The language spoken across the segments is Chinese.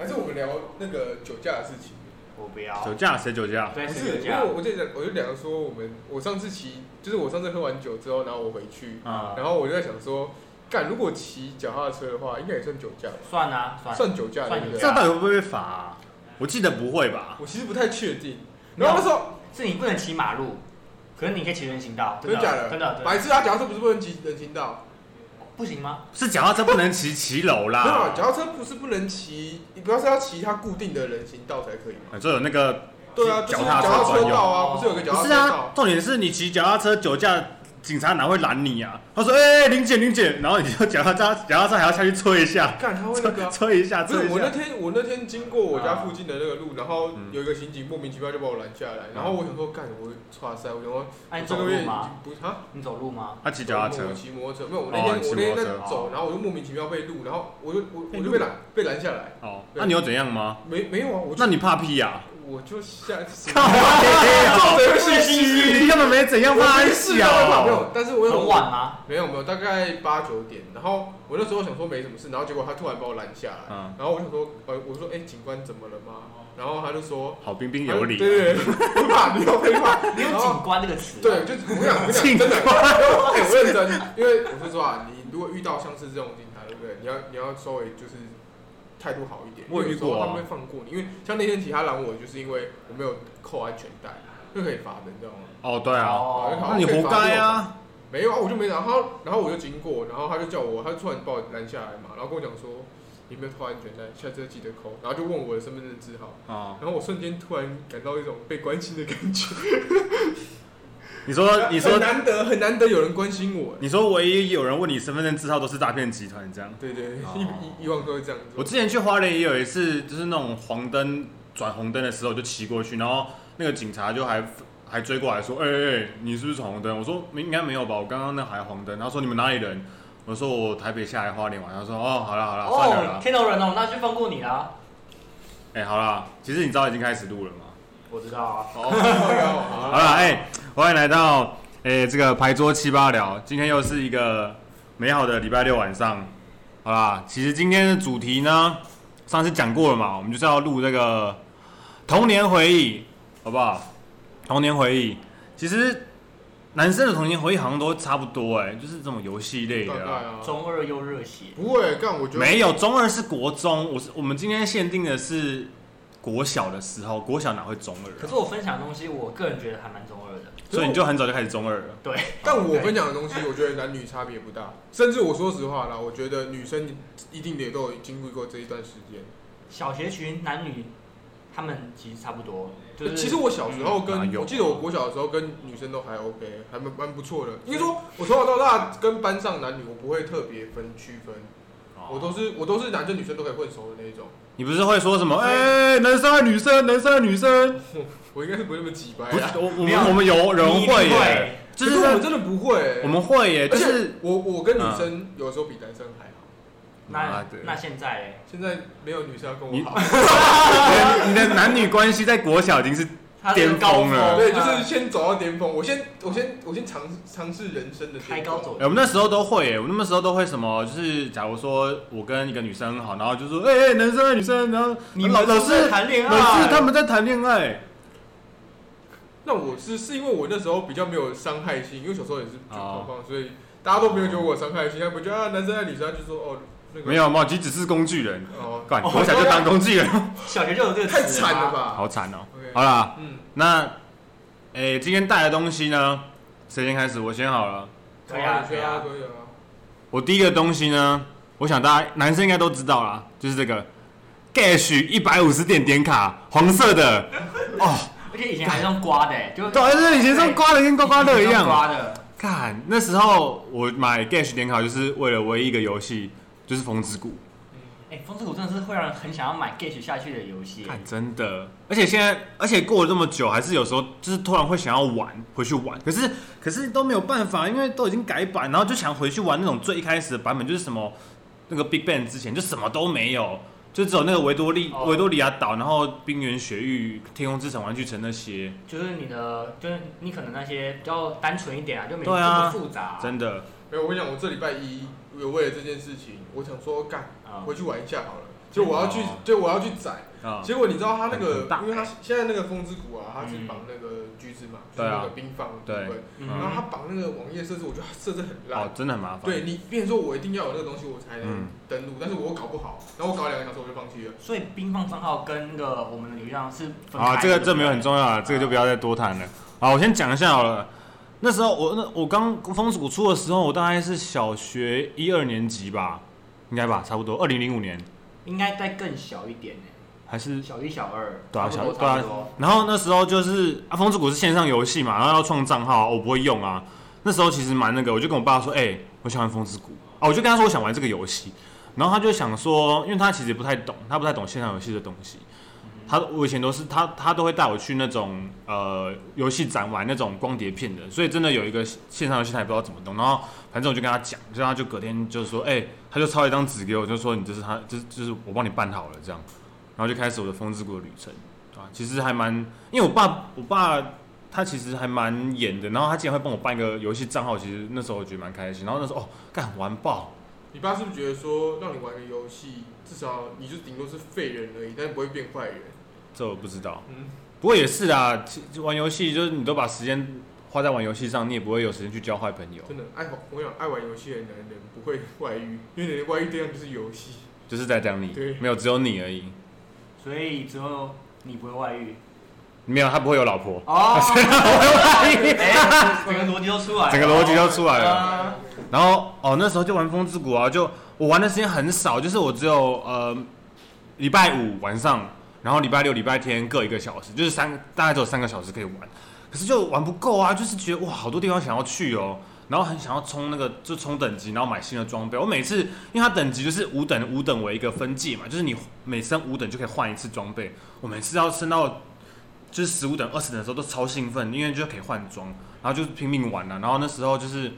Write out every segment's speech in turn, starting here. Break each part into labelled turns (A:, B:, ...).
A: 们聊那个酒驾的事情。
B: 我不要。
C: 酒驾谁酒驾？
B: 对，
A: 不
B: 谁
A: 是，
B: 酒
A: 因
B: 驾
A: 为？我就讲，我就讲说，我们我上次骑，就是我上次喝完酒之后，然后我回去，
C: 啊，
A: 然后我就在想说，干，如果骑脚踏车的话，应该也算酒驾吧？
B: 算啊，算。
A: 算酒驾对
B: 算
A: 不
B: 酒
A: 对
B: 驾？
C: 这到底会不会被罚啊？我记得不会吧？
A: 我其实不太确定。然后那时候，
B: 是你不能骑马路，可是你可以骑人行道，真
A: 真假的？
B: 真的，真的
A: 白痴啊！脚踏车不是不能骑人行道？
B: 不行吗？
C: 是脚踏车不能骑骑
A: 没
C: 楼
A: 有啊，
C: 啦，
A: 脚踏车不是不能骑，你不要是要骑它固定的人行道才可以吗？
C: 啊就有那个
A: 对啊，就是
C: 脚
A: 脚
C: 踏车
A: 踏
C: 专
A: 车道
C: 用。
A: 啊，不是有个
B: 哦
A: 脚
C: 不
A: 踏
C: 是
A: 车
C: 啊
A: 道？，
C: 重点是你骑脚踏车酒驾，警察哪会拦你啊？他说：“哎，林姐，林姐。”然后你就脚踏车 脚踏车还要下去吹一下，
A: 干，他会那个
C: 吹
A: 啊。
C: 吹一下，嗯
A: 不是
C: 吹一
A: 我那
C: 下。
A: 天，我那天经过我家附近的那个路，然后有一个刑警莫名其妙就把我拦下
C: 嗯
A: 来，然后我想说，干，我哇塞，我想说，
B: 那啊你
A: 这
B: 走
A: 个
B: 路
A: 月已
B: 吗？
A: 经不是啊，
B: 你走路吗？
C: 他骑脚踏车
A: 我，骑摩托车，没有，我那
C: 哦
A: 天
C: 你骑
A: 我那天
C: 摩托车
A: 在走，然后我就莫名其妙被路，然后我就我我就
C: 被
A: 被拦被拦下来，
C: 哦，
A: 对
C: 那你有怎样吗？
A: 没没有啊，我就
C: 那你怕屁呀？
A: 我就下，
C: 靠呀！
A: 对不
C: 不
A: 起，
C: 行，你根本没怎样，怕
A: 没
C: 很
A: 事啊，没
C: 小。
A: 有，但是我有
B: 很晚吗？
A: 没有没有，大概八九点，然后我那时候想说没什么事，然后结果他突然把我拦下来，
C: 嗯
A: 然后我想说，呃，我说，哎、警官怎么了吗？然后他就说，
C: 好彬彬有礼，
A: 对对对，不怕，你有被骂，
B: 你有
A: 然后
B: 警官这个词啊，
A: 对，就是我想，我想
C: 警
A: 真
C: 官
A: 的，哎、我认真，因为我是说啊，你如果遇到像是这种警察，对不对？你要你要稍微就是态度好一点，
C: 我有遇
A: 因为有
C: 过啊
A: 时候他们会放过你，因为像那天其他拦我，就是因为我没有扣安全带，就可以罚的，你知道吗？
C: 哦，对啊，
A: 好
B: 哦，
C: 那你活该啊！
A: 没有啊，我就没拿。他然后我就经过，然后他就叫我，他就突然把我拦下来嘛，然后跟我讲说你有没有扣安全带，下车记得扣。然后就问我的身份证字号，
C: 哦，
A: 然后我瞬间突然感到一种被关心的感觉。
C: 你说，你说
A: 很，难得，很难得有人关心我。
C: 你说，唯一有人问你身份证字号都是诈骗集团这样。
A: 对对，对
C: 哦
A: 以以以往都会这样子。
C: 我之前去花莲也有一次，就是那种黄灯转红灯的时候，我就骑过去，然后那个警察就还还追过来说：“哎、哎、哎你是不是闯红灯？”我说：“没应该没有吧，我刚刚那还黄灯。”他说：“你们哪里人？”我说：“我台北下来花莲玩。”他说：“哦，好啦好啦，算了
B: 哦
C: 啦，，
B: 天龙人哦，那就放过你啦。
C: 哎、好啦，其实你知道已经开始录了吗？”
B: 我知道啊，
A: 哦，好
C: 好了，哎、欢迎来到哎、这个牌桌七八聊，今天又是一个美好的礼拜六晚上。好啦，其实今天的主题呢，上次讲过了嘛，我们就是要录这个童年回忆，好不好？童年回忆，其实男生的童年回忆好像都差不多、哎，就是这种游戏类的
A: 大概
C: 啊、
A: 啊，
B: 中二又热血，
A: 不会干，我觉得
C: 没有，中二是国中，我是我们今天限定的是国小的时候，国小哪会中二
B: 可
C: 啊、
B: 是我分享的东西，我个人觉得还蛮中二的。
C: 所以你就很早就开始中二了。
B: 对，
A: 但我分享的东西，我觉得男女差别不大。甚至我说实话啦，我觉得女生一定得都有经历过这一段时间。
B: 小学群男女，他们其实差不多，就是嗯
A: 其实我小时候跟、
C: 哪有啊
A: 我记得我国小的时候跟女生都还 OK，还蛮蛮不错的。应该说，我从小到大跟班上男女我不会特别分区分，
C: 哦
A: 我都是我都是男生女生都可以混熟的那一种。
C: 你不是会说什么？哎、男生爱女生，男生爱女生？
A: 我应该是不会那么几掰
C: 不是
A: 啦。，
C: 我我
B: 哎没有
C: 们我们有人
B: 你一定
C: 会耶，
B: 会
C: 就
A: 可
C: 是
A: 我们
C: 在
A: 真的不会、欸，
C: 我们会耶，就
A: 而且
C: 是嗯
A: 我我跟女生有时候比男生还好。
C: 妈
B: 那
C: 的
B: 那现在欸
A: 现在没有女生要跟我
C: 你
A: 好，
C: 你的男女关系在国小已经是
B: 他是
C: 巅峰了
A: 对，就是先走到巅峰。我先我先我先尝尝试人生的巅峰
B: 开高。走
C: 哎、我们那时候都会、欸，我们那时候都会什么？就是假如说我跟一个女生很好，然后就说，哎、欸、男生爱女生，然后
B: 你
C: 老
B: 们
C: 老
B: 是不是
C: 师
B: 谈恋爱，
C: 老师他们在谈恋爱，
A: 那我是是因为我那时候比较没有伤害心，因为小时候也是就
C: 哦
A: 胖胖，所以大家都没有觉得我有伤害心。他们觉得啊，男生爱女生，他就说哦那个
C: 没有没有，其实只是工具人，
A: 哦，
C: 管
B: 哦
C: 国小就当工 具人，
B: 小学就有这个词
A: 太惨了
B: 吗？
A: 吧？
C: 好惨哦、
A: OK
C: 好啦，
A: 嗯，
C: 那，诶、今天带的东西呢？谁先开始？我先好了。
B: 可以啊，可
A: 可以
B: 以
A: 啊，
B: 啊。
A: 可以啊。
C: 我第一个东西呢，我想大家男生应该都知道啦，就是这个 Gash 一百五十点点卡，黄色的。哦，
B: 而且以前还是用刮的欸，就哎
C: 对，啊就是以前像刮的跟刮刮乐一
B: 用
C: 样。
B: 刮的，
C: 看那时候我买 Gash 点卡，就是为了唯一一个游戏，就是风之谷。
B: 哎，风之谷真的是会让人很想要买 Gage 下去的游戏欸。
C: 看，真的，而且现在，而且过了这么久，还是有时候就是突然会想要玩，回去玩。可是，可是都没有办法，因为都已经改版，然后就想回去玩那种最一开始的版本，就是什么那个 Big Bang 之前就什么都没有，就只有那个维多利
B: 哦
C: 维多利亚岛，然后冰原雪域、天空之城、玩具城那些，
B: 就是你的，就是你可能那些比较单纯一点啊，就没有
C: 对
B: 这
C: 啊
B: 么复杂、
C: 真的
A: 没有，我跟你讲，我这礼拜一有为了这件事情，我想说干
B: 啊
A: 回去玩一下好了。就我要去
C: 哦，
A: 就我要去宰。
C: 啊，
A: 结果你知道他那个
C: 很大，
A: 因为他现在那个风之谷啊，他是
B: 嗯
A: 绑那个橘子嘛，就
C: 对
A: 是
C: 啊
A: 那个冰放的部分。
B: 嗯
A: 然后他绑那个网页设置，我觉得设置很
C: 哦
A: 烂。，
C: 真的很麻烦。
A: 对你，变成说我一定要有那个东西，我才能
C: 嗯
A: 登录，但是我又搞不好，然后我搞两个小时我就放弃了。
B: 所以冰放账号跟那个我们的流量是分开
C: 啊，
B: 的
C: 这个这没有很重要啊，这个就不要再多谈了。好，我先讲一下好了。那时候我那我刚风之谷出的时候，我大概是小学一二年级吧，应该吧，差不多。二零零五年
B: 应该再更小一点呢，
C: 还是
B: 小一、小二，
C: 对啊
B: 差不多
C: 小对啊
B: 差不多
C: 然后那时候就是啊，风之谷是线上游戏嘛，然后要创账号，我不会用啊。那时候其实蛮那个，我就跟我爸说，哎、我想玩风之谷啊，我就跟他说我想玩这个游戏，然后他就想说，因为他其实不太懂，他不太懂线上游戏的东西。他我以前都是他他都会带我去那种呃游戏展玩那种光碟片的，所以真的有一个线上游戏他也不知道怎么弄，然后反正我就跟他讲，就他就隔天就是说，哎、他就抄一张纸给我，就说你这是他，这就是我帮你办好了这样，然后就开始我的风之谷的旅程。啊，其实还蛮，因为我爸，我爸他其实还蛮严的，然后他竟然会帮我办一个游戏账号，其实那时候我觉得蛮开心。然后那时候哦，干完爆，
A: 你爸是不是觉得说，让你玩个游戏，至少你就顶多是废人而已，但不会变坏人？
C: 这我不知道，
A: 嗯，
C: 不过也是啦，其实玩游戏就是你都把时间花在玩游戏上，你也不会有时间去交坏朋友，
A: 真的爱玩，我想爱玩游戏的男人不会外遇，因为你的外遇对象就是游戏。
C: 就是在讲你
A: 对，
C: 没有只有你而已，
B: 所以只有你不会外 遇
C: 没有他不会有老婆，
B: 哦，
C: 外遇
B: 哎整个逻辑都出来了，
C: 整个逻辑都出来了。
B: 啊
C: 然后哦，那时候就玩《风之谷》啊，就我玩的时间很少，就是我只有呃礼拜五晚上，然后礼拜六、礼拜天各一个小时，就是三个大概只有三个小时可以玩。可是就玩不够啊，就是觉得哇，好多地方想要去哦，然后很想要冲那个就冲等级，然后买新的装备。我每次因为它等级就是五等五等为一个分界嘛，就是你每升五等就可以换一次装备。我每次要升到就是十五等、二十等的时候都超兴奋，因为就可以换装，然后就拼命玩啊了、然后那时候就是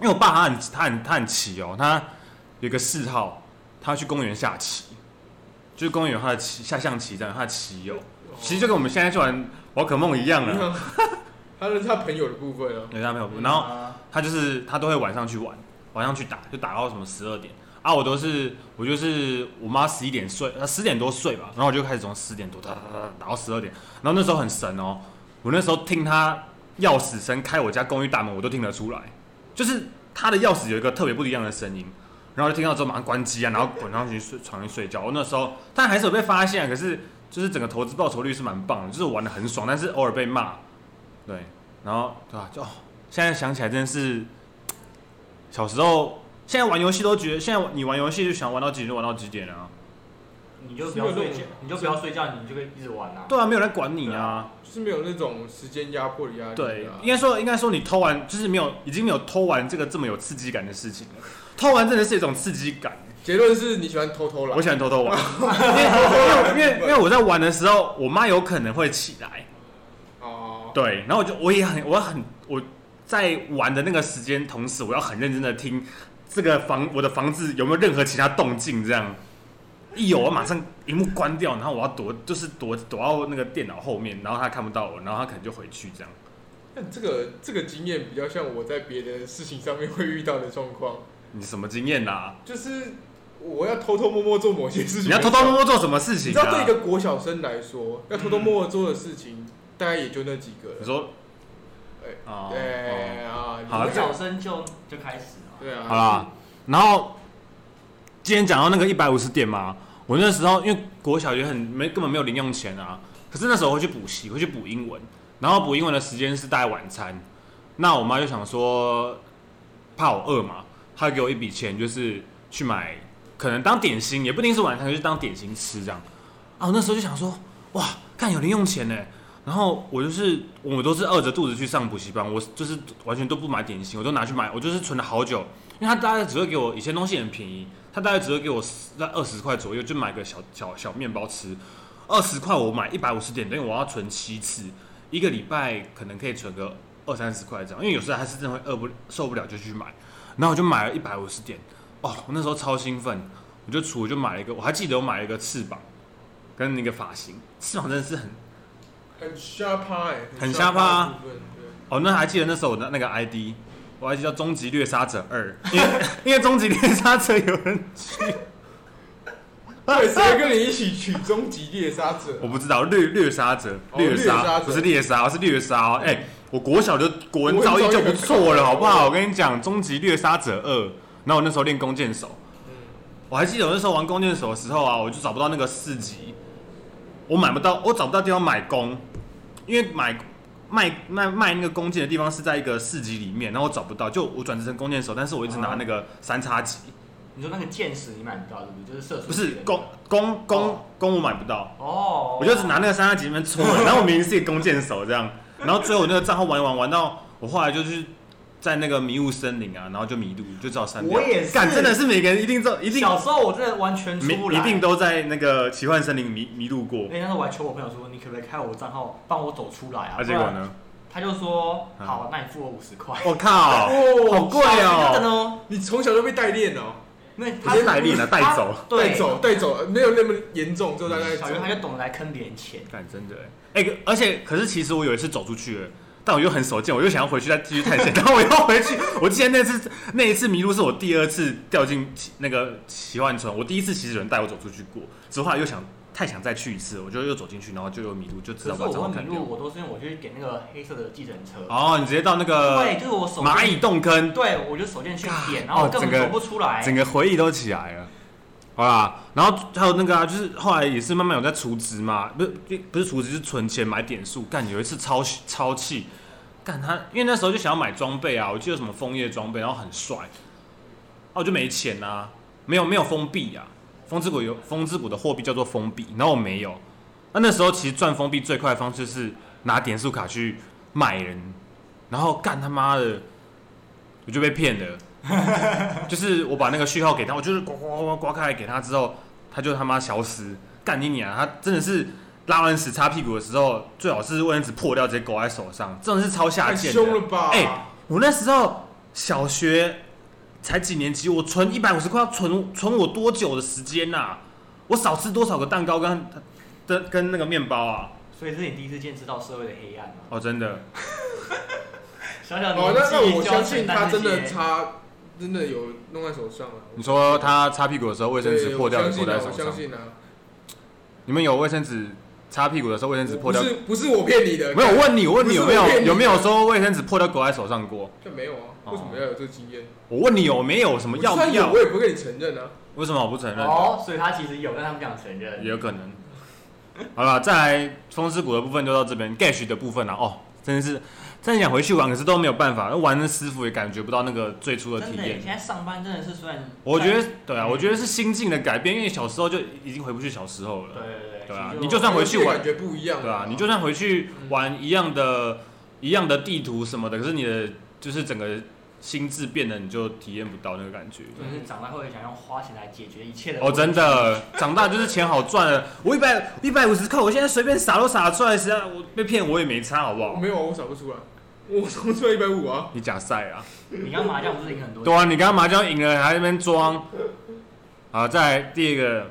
C: 因为我爸他很他很他很奇哦，他有一个嗜好，他去公园下棋，就是公园有他的棋下象棋这样，他的棋友，其实就跟我们现在去玩宝可梦一样了。
A: 哦他那是他朋友的部分啊。
C: 对，他没有，然后他就是他都会晚上去玩，晚上去打，就打到什么十二点啊，我都是我就是我妈十一点睡，呃十点多睡吧，然后我就开始从十点多打打打打打到十二点，然后那时候很神哦，我那时候听他钥匙声开我家公寓大门，我都听得出来，就是他的钥匙有一个特别不一样的声音。然后就听到之后马上关机啊，然后滚上去睡床上睡觉。我那时候，但还是有被发现，啊可是就是整个投资报酬率是蛮棒的，就是我玩的很爽，但是偶尔被骂，对，然后对吧、就哦现在想起来真的是，小时候，现在玩游戏都觉得，现在你玩游戏就想玩到几点就玩到几点啊？
B: 你就不要睡觉，你就不要睡觉，你就可以一直玩啊。
C: 对啊，没有人管你啊。
A: 就是没有那种时间压迫的压力、
C: 对
A: 啊。，
C: 应该说应该说你偷玩就是没有，已经没有偷玩这个这么有刺激感的事情了。偷玩真的是一种刺激感，
A: 结论是你喜欢偷偷
C: 我
A: 懒，
C: 喜欢偷偷玩，因为因为因为因为我在玩的时候，我妈有可能会起来，
A: 哦，
C: 对，然后我就我也很我很我在玩的那个时间，同时我要很认真的听这个房我的房子有没有任何其他动静，这样一有我马上荧幕关掉，然后我要躲，就是躲躲到那个电脑后面，然后他看不到我，然后他可能就回去这样。
A: 但这个这个经验比较像我在别的事情上面会遇到的状况，
C: 你什么经验啦、
A: 就是我要偷偷摸摸做某些事情。
C: 你要偷偷摸摸做什么事
A: 你
C: 情、
A: 知
C: 啊？
A: 道对一个国小生来说，要偷偷摸摸做的事
C: 嗯
A: 情，大概也就那几个
C: 你
A: 了。
C: 说，
A: 哎
C: 哦
A: 对啊，你
C: 好
B: 国
A: 这
B: 小
A: 个
B: 生就就开始了。
A: 对啊，
C: 好啦，然后今天讲到那个一百五十点嘛，我那时候因为国小也很没根本没有零用钱啊，可是那时候会去补习，会去补英文，然后补英文的时间是大概晚餐，那我妈就想说怕我饿嘛，她给我一笔钱，就是去买可能当点心，也不一定是晚餐，就是当点心吃这样。啊，我那时候就想说，哇，看有零用钱呢。然后我就是我都是饿着肚子去上补习班，我就是完全都不买点心，我都拿去买，我就是存了好久，因为他大概只会给我以前东西很便宜，他大概只会给我10在二十块左右，就买个小小小面包吃，二十块我买一百五十点，等于我要存七次，一个礼拜可能可以存个二三十块这样，因为有时候还是真的会饿不受不了就去买，然后我就买了一百五十点，哦，我那时候超兴奋，我就出我就买了一个，我还记得我买了一个翅膀跟那个发型，翅膀真的是很
A: 很瞎趴哎，
C: 很
A: 瞎
C: 瞎趴啊
A: 的部分对
C: 哦，那还记得那时候我的那个 ID，我还记得叫《终极猎杀者二》，因为因为《终极猎杀者》有人去，
A: 对，谁跟你一起取终极猎杀者？
C: 我不知道掠掠杀者，
A: 哦
C: 掠
A: 猎杀
C: 杀
A: 者
C: 不是猎杀，是掠杀哦。哎、我国小就国文造诣就不错
A: 国文造诣
C: 了，好不好？我跟你讲，《终极猎杀者二》，然后我那时候练弓箭手，我还记得我那时候玩弓箭手的时候啊，我就找不到那个市集，我买不到，我找不到地方买弓，因为买卖卖卖那个弓箭的地方是在一个市集里面，然后我找不到，就我转职成弓箭手，但是我一直拿那个三叉戟，
B: 你说那个箭矢你买不到，是不是？就是射出
C: 不
B: 去
C: 是
B: 的那个
C: 弓弓弓
B: 哦弓
C: 弓我买不到。
B: 哦，
C: 我就只拿那个三叉戟那边戳，然后我明明是一个弓箭手这样，然后最后我那个账号玩一玩玩到我后来就是在那个迷雾森林啊，然后就迷路，就只好删掉。
B: 我也是
C: 干，真的是每个人一定都一定
B: 小时候我真的完全出
C: 每
B: 不来，
C: 一定都在那个奇幻森林迷迷路过
B: 因，为那时候我还求我朋友说，你可不可以开我账号帮我走出来啊？
C: 啊，结果
B: 不然？
C: 呢？
B: 他就说
C: 嗯
B: 好，那你付我五十块。
C: 我靠，
A: 哦
C: 好贵
B: 真
C: 哦！
B: 的哦，
A: 你从小就被代练哦，
B: 因为
C: 我
B: 他
C: 先来练了带
B: 他
C: 走
B: 对
A: 带走带走，没有那么严重，就大概
B: 小
A: 走
B: 月他就懂得来坑别人钱。
C: 干，真的哎、欸，而且可是其实我有一次走出去了。但我又很手贱，我又想要回去再继续探险， 然后我又回去。我之前那次那一次迷路是我第二次掉进奇那个奇幻村，我第一次其实有人带我走出去过，只是后来又想太想再去一次，我就又走进去，然后就又迷路，就知
B: 可
C: 道
B: 是
C: 把
B: 我
C: 账号
B: 会
C: 看
B: 迷
C: 掉
B: 路，。我都是因为我去点那个黑色的计程车。
C: 哦，你直接到那
B: 对，就
C: 个
B: 是我手贱
C: 蚂蚁洞坑，
B: 对，我就手贱去点，
C: 啊
B: 然后
C: 哦
B: 我根
C: 整
B: 本
C: 个
B: 走不出来。
C: 整个回忆都起来了。好啦，然后还有那个啊，就是后来也是慢慢有在储值嘛，不是就不是储值，是存钱买点数。干有一次超超气，干他，因为那时候就想要买装备啊，我记得什么枫叶装备，然后很帅，啊我就没钱啊，没有没有封闭啊，风之谷有风之谷的货币叫做封闭，然后我没有。那那时候其实赚封闭最快的方式是拿点数卡去买人，然后干他妈的，我就被骗 了。就是我把那个序号给他，我就是刮刮刮刮刮开来给他之后，他就他妈消失，干你娘！啊他真的是拉完屎擦屁股的时候，最好是卫生纸破掉直接勾在手上，真的是超下
A: 太
C: 贱的。
A: 凶了吧？
C: 哎、我那时候小学才几年级，我存一百五十块要存存我多久的时间呐、我少吃多少个蛋糕跟跟跟那个面包啊？
B: 所以这是你第一次见识到社会的黑暗嘛？
C: 哦，真的，
B: 小小
A: 哦，
B: 年
A: 那那
B: 纪
A: 我
B: 就要
A: 相信
B: 承
A: 他
B: 担这
A: 真的
B: 些。
A: 擦，真的有弄在手上了。
C: 你说他擦屁股的时候卫生纸
A: 对
C: 破掉
A: 我
C: 也
A: 相信
C: 破在
A: 啊，
C: 手
A: 我相
C: 上，
A: 信啊，
C: 你们有卫生纸擦屁股的时候卫生纸
A: 不
C: 破掉？
A: 是不是我骗你的，
C: 没有，我问你，我问你有没
A: 不是我
C: 有
A: 骗你的
C: 有没有说卫生纸破掉狗在手上过？
A: 就没有啊，
C: 哦
A: 为什么要有这个经验？
C: 我问你有没有什么
A: 我
C: 要
A: 就
C: 不
A: 算有
C: 要
A: 我？也不会跟你承认啊。
C: 为什么我不承认？
B: 哦，所以他其实有，但他不想承认
C: 也。有可能。好了，再来风之谷的部分就到这边，Gash 的部分啊，哦，真的是真的想回去玩，可是都没有办法，玩的师傅也感觉不到那个最初的体
B: 真的耶，
C: 验
B: 现。在上班真的是虽然
C: 我觉得
B: 对
C: 对啊，我觉得是心境的改变，因为小时候就已经回不去小时候了，
B: 对对，
C: 对啊
B: 其实
C: 你就算回去玩
A: 因为感觉不一样，
C: 对啊，你就算回去玩一样的、一样的地图什么的，可是你的就是整个心智变了，你就体验不到那个感觉。
B: 就是长大后也想用花钱来解决一切的
C: 哦，真的，长大就是钱好赚了。我一百一百五十块，我现在随便撒都撒得出来，实在我被骗我也没差，好不
A: 我
C: 好？
A: 没有啊，我扫不出来，我扫不出来一百五啊。
C: 你假赛啊！
B: 你刚麻将不是赢很多？
C: 对啊，你刚刚麻将赢了，还在那边装。好，再来第一个，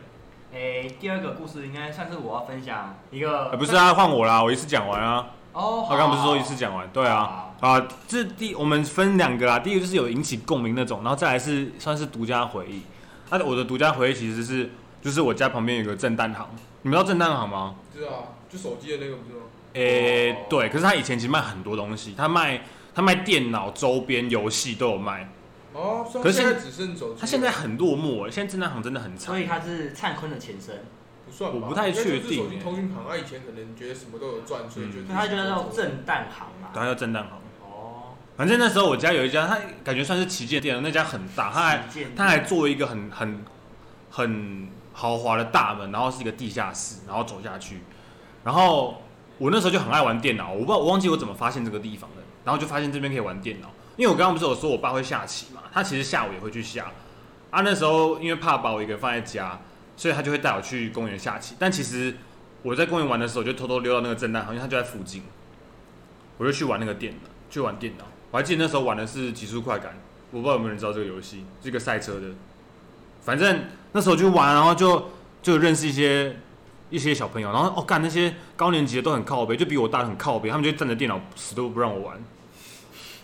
B: 诶，第二个故事应该算是我要分享一个，
C: 呃、不是啊，换我啦，我一次讲完啊。
B: 哦，
C: 他刚不是说一次讲完？对啊。
B: 啊，
C: 啊，这第我们分两个啦，第一个就是有引起共鸣那种，然后再来是算是独家回忆。那、我的独家回忆其实是，就是我家旁边有个正蛋行，你们知道正蛋行吗？
A: 是啊，就手机的那个不是吗？
C: 诶、
B: 哦
C: 对，可是他以前其实卖很多东西，他卖他卖电脑周边、游戏都有卖。
A: 哦，所以
C: 可
A: 他
C: 是
A: 现在只剩手机了，
C: 他现在很落寞，欸现在正大行真的很惨
B: 所。以他是灿坤的前身，
A: 不算吧，
C: 我不太确定欸
A: 应该就是手机通讯行，他以前可能觉得什么都有赚，所以就
B: 所以
C: 嗯
B: 他就叫正蛋行嘛。
C: 他叫正蛋行，
B: 哦，
C: 反正那时候我家有一家，他感觉算是旗舰店，那家很大，啊他还
B: 旗舰店
C: 他还做一个很很很豪华的大门，然后是一个地下室，然后走下去，然后我那时候就很爱玩电脑，我不知道我忘记我怎么发现这个地方的，然后就发现这边可以玩电脑，因为我刚刚不是有说我爸会下棋嘛，他其实下午也会去下，啊那时候因为怕把我一个人放在家，所以他就会带我去公园下棋，但其实我在公园玩的时候，我就偷偷溜到那个震荡行，因为他就在附近，我就去玩那个电脑，去玩电脑，我还记得那时候玩的是极速快感，我不知道有没有人知道这个游戏，是一个赛车的，反正那时候就玩，然后就就认识一些一些小朋友，然后哦干那些高年级的都很靠北，就比我大很靠北，他们就站着电脑死都不让我玩，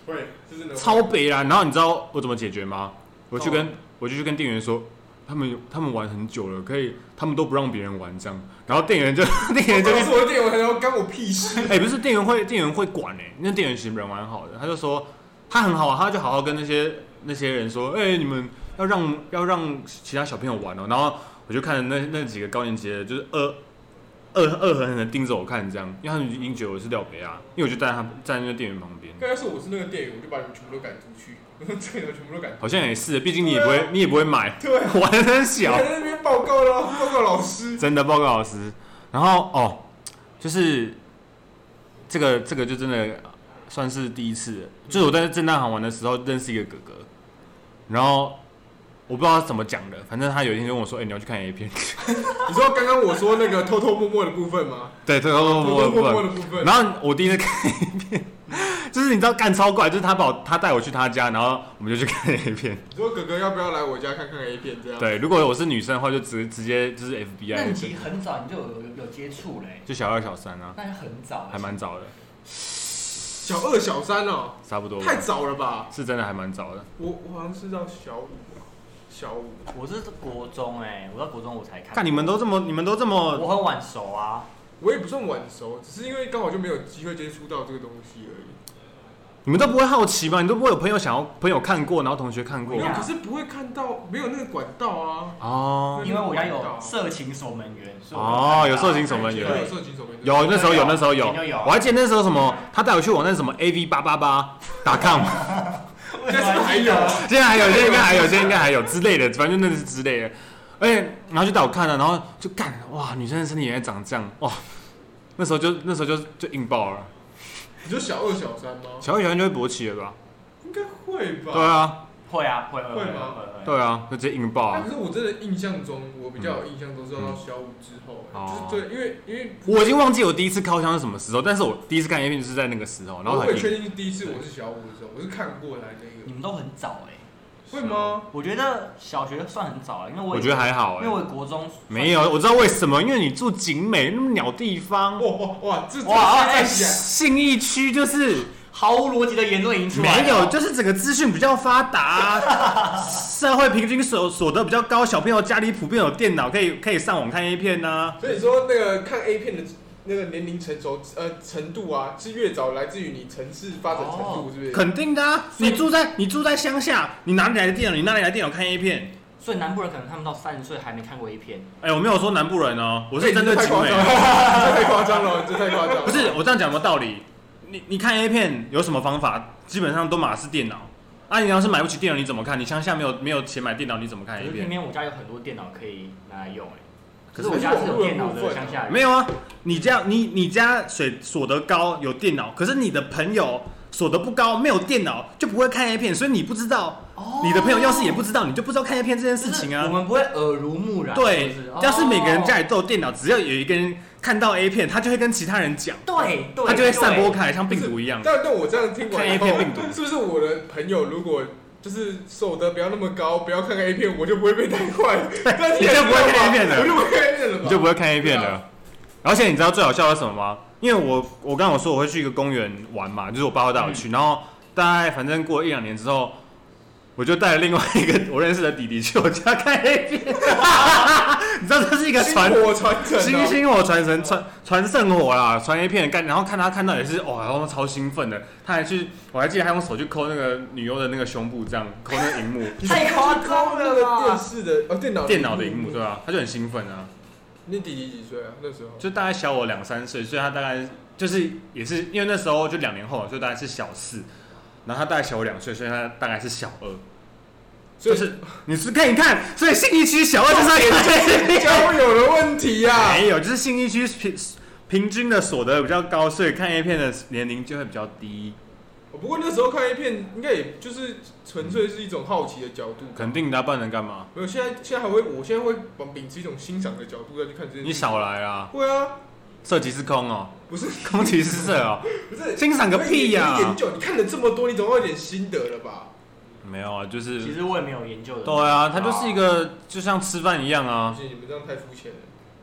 A: 会，就是那种
C: 超北啦。然后你知道我怎么解决吗？我去跟、我就去跟店员说，他们有他们玩很久了，可以他们都不让别人玩这样，然后店员就 店员就
A: 这
C: 一
A: 就
C: 直
A: 是我的店员，然后干我屁事。
C: 哎、不是店员会，店员会管哎、那店员其实人蛮好的，他就说他很好，啊他就好好跟那些那些人说，哎、你们要让要让其他小朋友玩哦、然后我就看那那几个高年级的，就是恶恶恶狠狠的盯着我看，这样，因为他们已经觉得我是廖北亚，因为我就站在他站在那店员旁边，
A: 刚开始我是那个店员，我就把你们全部都赶出去，我说这个全部都 赶出去。
C: 好像也是，毕竟你也不会你也不会买，
A: 对，
C: 玩的很
A: 你
C: 小
A: 还，在那边报告了，报告老师。
C: 真的报告老师。然后哦，就是这个这个就真的算是第一次了，就是我在正大行玩的时候认识一个哥哥，然后我不知道他怎么讲的，反正他有一天跟我说：“哎、你要去看 A 片。
A: 你说刚刚我说那个偷偷摸摸的部分吗？”
C: 对，偷偷摸摸的
A: 偷
C: 部
A: 偷摸摸
C: 分。
A: 的部分。
C: 然后我第一次看 A 片，就是你知道干超怪，就是他把我他带我去他家，然后我们就去看 A 片。
A: 你说哥哥要不要来我家看看 A 片这样？，
C: 对，如果我是女生的话，就直直接就是
B: 那
C: FBI
B: 你其实很早你就有有有接触嘞，
C: 就小二小三啊，
B: 那就很早欸，
C: 还蛮早的，
A: 小二小三哦，
C: 差不多吧
A: 太早了吧？
C: 是真的还蛮早的。
A: 我我好像是到小五吧，小五。
B: 我是国中哎、我到国中我才看。
C: 看你们都这么，你们都这么，
B: 我很晚熟啊，
A: 我也不算晚熟，只是因为刚好就没有机会接触到这个东西而已。
C: 你们都不会好奇吗？你都不会有朋友想要朋友看过，然后同学看过
A: 没
B: 对
A: 有，
B: 啊
A: 可是不会看到，没有那个管道啊。
C: 哦
B: 因为我家有色情守门员。所以我
C: 哦
B: 看到
C: 有色情守门
A: 有啊
C: 员
A: 有色情守门员
C: 有那时候有那时候有
B: 有有，
C: 我还记得那时候什么，他带我去网站什么 AV 八八八 .com，
A: 现在是不是还有啊？
C: 现在还有，现在应该还有，现在应该还有之类的，反正那是之类的。而且然后就带我看了，然后就干哇，女生的身体原来长这样哇，那时候就那时候就就硬爆了，
A: 你说小二小三吗？
C: 小二小三就会勃起了吧？
A: 应该会吧。
C: 哦对啊，
B: 会啊会会
A: 会
B: 会
A: 吗
B: 会会。
C: 对啊，就直接硬爆
A: 啊。
C: 啊
A: 可！是我真的印象中，我比较有印象都是要到小五之后、
C: 嗯
A: 就是对，因为因为
C: 我已经忘记我第一次靠枪是什么时候，但是我第一次看 A 片就是在那个时候，哦然后
A: 我
C: 很
A: 也
C: 硬
A: 确定是第一次我是小五的时候，我是看过来那
B: 你
A: 个，
B: 们都很早哎、
A: 会吗？
B: 我觉得小学算很早了，因为我
C: 我觉得还好
B: 因
C: 哎、
B: 为我国中算
C: 没有，我知道为什么，因为你住景美那么鸟地方，
A: 哇哇哇，这这
C: 哎
B: 哇
A: 这站起来，
C: 信义区就是
B: 毫无逻辑的言论已经出来了
C: 没有，就是整个资讯比较发达、 社会平均所所得比较高，小朋友家里普遍有电脑，可以可以上网看 A 片啊呐、
A: 所以说那个看 A 片的那个年龄成熟呃程度啊，是越早来自于你城市发展程度，是不是？
C: 肯定的啊！
B: 所以
C: 你住在你住在乡下，你哪里来的电脑？你哪里来的电脑看 A 片？
B: 所以南部人可能他们到三十岁还没看过 A 片，
C: 哎、我没有说南部人哦，我是针对
A: 太
C: 景
A: 夸
C: 美
A: 张。了，这太夸张了，这太夸张了。
C: 不是我这样讲有没有道理？你你看 A 片有什么方法？基本上都马是电脑。啊，你要是买不起电脑，你怎么看？你乡下没有没有钱买电脑，你怎么看
B: 可
C: A
B: 是偏
C: 片？
B: 偏我家有很多电脑可以拿来用哎、可
C: 可是
B: 是我家是有电脑的乡下人，
C: 没有啊，你家你你家水所得高有电脑，可是你的朋友所得不高，没有电脑就不会看 A 片，所以你不知道，
B: 哦
C: 你的朋友要是也不知道，你就不知道看 A 片这件事情
B: 就是
C: 啊
B: 我。们不会耳濡目染，
C: 对
B: 是不是，
C: 要是每个人家
B: 哦
C: 里都有电脑，只要有一个人看到 A 片，他就会跟其他人讲，
B: 对对，
C: 他就会散播
B: 对
C: 开，像病毒一样。
A: 但但我这样听完以后
C: 看 A 片病毒
A: 是不是我的朋友如果就是手得不要那么高，不要看 A 片，我就不会被带坏？但是
C: 你就不会看 A 片
A: 了，
C: 了
A: 我就不会看 A 片了吧？
C: 你就不会看 A 片
A: 对啊
C: 了。而且你知道最好笑的是什么吗？因为我我刚刚有说我会去一个公园玩嘛，就是我爸会带我
A: 嗯
C: 去，然后大概反正过一两年之后，我就带了另外一个我认识的弟弟去我家看 A 片， 你知道这是一个传
A: 薪火传承哦，
C: 星星火传神传传圣火啦，传 A 片干，然后看他看到也是哇，然后超兴奋的，他还去我还记得他用手去抠那个女优的那个胸部，这样抠那个荧 幕
B: 太夸张
A: 那个
B: 了
A: 电
B: 吧？
A: 视的哦，电脑
C: 电脑的荧幕对吧、他就很兴奋啊。
A: 你弟弟几岁啊？那时候
C: 就大概小我两三岁，所以他大概就是也是因为那时候就两年后，所以大概是小四，然后他大概小我两岁，所以他大概是小二。
A: 所
C: 就
A: 以
C: 是你是看一看，所以信义区小二就是要 给
A: 交友的问题啊呀、
C: 没有，就是信义区平平均的所得比较高，所以看 A 片的年龄就会比较低。
A: 不过那时候看 A 片，应该也就是纯粹是一种好奇的角度。
C: 肯定的啊，不然能干嘛？
A: 没有，现在现在还会，我现在会秉秉持一种欣赏的角度再去看这件事。
C: 你少来啦，
A: 会啊，
C: 色即是空哦，
A: 不是
C: 空即是色哦，
A: 不是
C: 欣赏个屁呀、
A: 你研究，你看了这么多，你总要有点心得了吧？
C: 没有啊，就是
B: 其实我也没有研究的，
C: 对啊，它就是一个就像吃饭一样啊
A: 不。行，你们这样太肤浅了。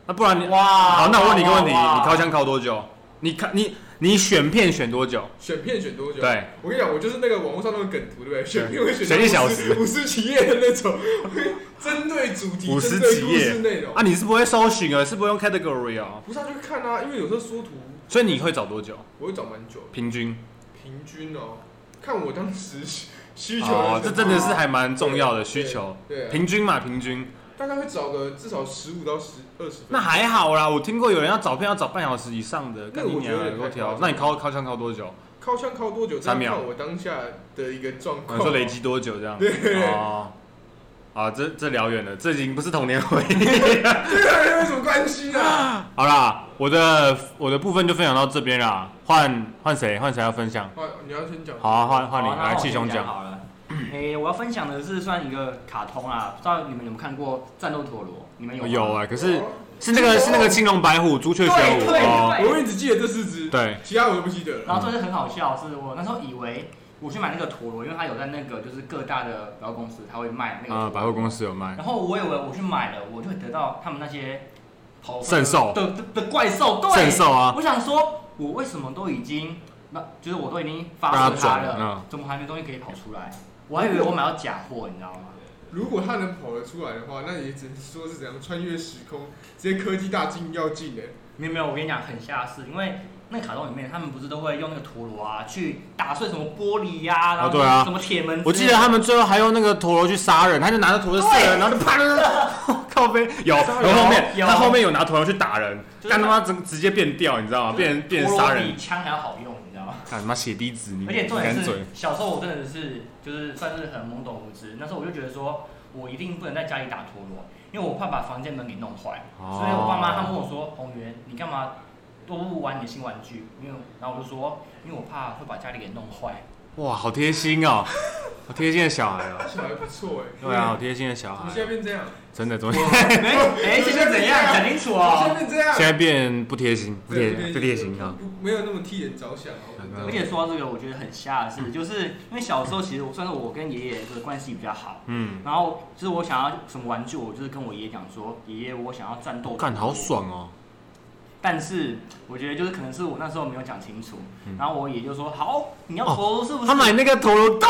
C: 那不然你
B: 哇
C: 好，那我问你一个问题，
B: 哇哇
C: 你靠枪靠多久？你看你你选片选多久？
A: 选片选多久？
C: 对，
A: 我跟你讲，我就是那个网络上那个梗图，对不对？选片会选
C: 选一小时
A: 五十几页的那种，会针对主题、
C: 50
A: 针对
C: 几
A: 故
C: 页
A: 事内容。
C: 啊，你是不会搜寻啊，是不会用 category 哦，
A: 不是啊，就看啊，因为有时候缩图
C: 所以你会找多久？
A: 我会找蛮久的，
C: 平均
A: 平均哦，看我当时需需求
C: 哦，这
A: 是什么
C: 真的是还蛮重要的需求，
A: 对啊，
C: 平均嘛，平均
A: 大概会找个至少十五到十二十分钟。
C: 那还好啦。我听过有人要找片要找半小时以上的，
A: 那
C: 干
A: 个
C: 你
A: 我觉得有
C: 娘
A: 点
C: 有
A: 太夸
C: 够挑
A: 张。
C: 那你靠靠枪靠多久？
A: 靠枪靠多久？
C: 三秒
A: 这样看我当下的一个状
C: 我
A: 况。
C: 说 累积多久这样？哦，啊，这这聊远了，这已经不是童年回忆。
A: 这哎个有什么关系啊？
C: 好啦，我的我的部分就分享到这边啦，换换谁？换谁要分享？
A: 好，你要先讲。
C: 好、啊，换换你
B: 好那
C: 来，
B: 我
C: 气
B: 先
C: 胸
B: 讲
C: 讲。
B: 好了。诶、我要分享的是算一个卡通啊，不知道你们有没有看过《战斗陀螺》？你们有吗
C: 有啊、可
A: 可
C: 是是那个是那个青龙白虎朱雀玄武
B: 对对
C: 哦，
A: 哦我永远只记得这四只，
C: 对，
A: 其他我都不记得了。
B: 然后这是很好笑，是我那时候以为我去买那个陀螺，因为它有在那个就是各大的百货公司，它会卖那个陀
C: 啊，
B: 螺
C: 百货公司有卖，
B: 然后我以为我去买了，我就会得到他们那些跑
C: 圣兽
B: 的的的怪兽，对，
C: 圣兽啊，
B: 我想说，我为什么都已经那就是我都已经发
C: 让
B: 射
C: 它
B: 它
C: 转
B: 了，
C: 嗯，
B: 怎么还没东西可以跑出来？我还以为我买到假货，你知道吗？
A: 如果他能跑得出来的话，那也只能说是怎样穿越时空，直接科技大进要进哎、
B: 没有没有，我跟你讲很吓死，因为那卡通里面他们不是都会用那个陀螺啊去打碎什么玻璃呀、然后、
C: 哦对啊
B: 什么铁门之类的，
C: 我记得他们最后还用那个陀螺去杀人，他就拿着陀螺射人，然后就啪， 靠背有，然后后面
B: 有
C: 他后面有拿陀螺去打人，
B: 就是
C: 干他妈直直接变掉，你知道吗？变成变成杀
B: 陀螺
C: 人
B: 比，枪还要好用，你知道吗？
C: 干他妈血滴子，你
B: 而且
C: 你
B: 重点
C: 敢
B: 是
C: 嘴？，
B: 小时候我真的是就是算是很懵懂无知，那时候我就觉得说，我一定不能在家里打陀螺，因为我怕把房间门给弄坏。
C: 哦
B: 所以我爸妈他们跟我说，红源，你干嘛都不玩你的新玩具？因为然后我就说，因为我怕会把家里给弄 坏。
C: 哇，好贴心哦，好贴心的小孩哦，
A: 小孩不错哎、
C: 对啊，好贴心的小
A: 怎
C: 孩
A: 么，现在变这样？
C: 真的，昨天
B: 哎哎，现在怎样？讲清楚
A: 怎么现在变
B: 哦。
A: 这样？
C: 现在变不贴心，不贴
A: 对
C: 不贴心啊，，
A: 不没有那么替人着想啊。
C: 嗯
A: 我
B: 而
A: 觉得
B: 且说到这个，我觉得很吓的是，就是因为小时候其实我算是我跟爷爷的关系比较好，
C: 嗯，
B: 然后就是我想要什么玩具，我就是跟我爷爷讲说，爷爷我想要战斗陀螺。
C: 干好爽哦，
B: 但是我觉得就是可能是我那时候没有讲清楚，
C: 嗯哦
B: 然后我也就说好，你要陀螺是不是？
C: 他买那个陀螺对，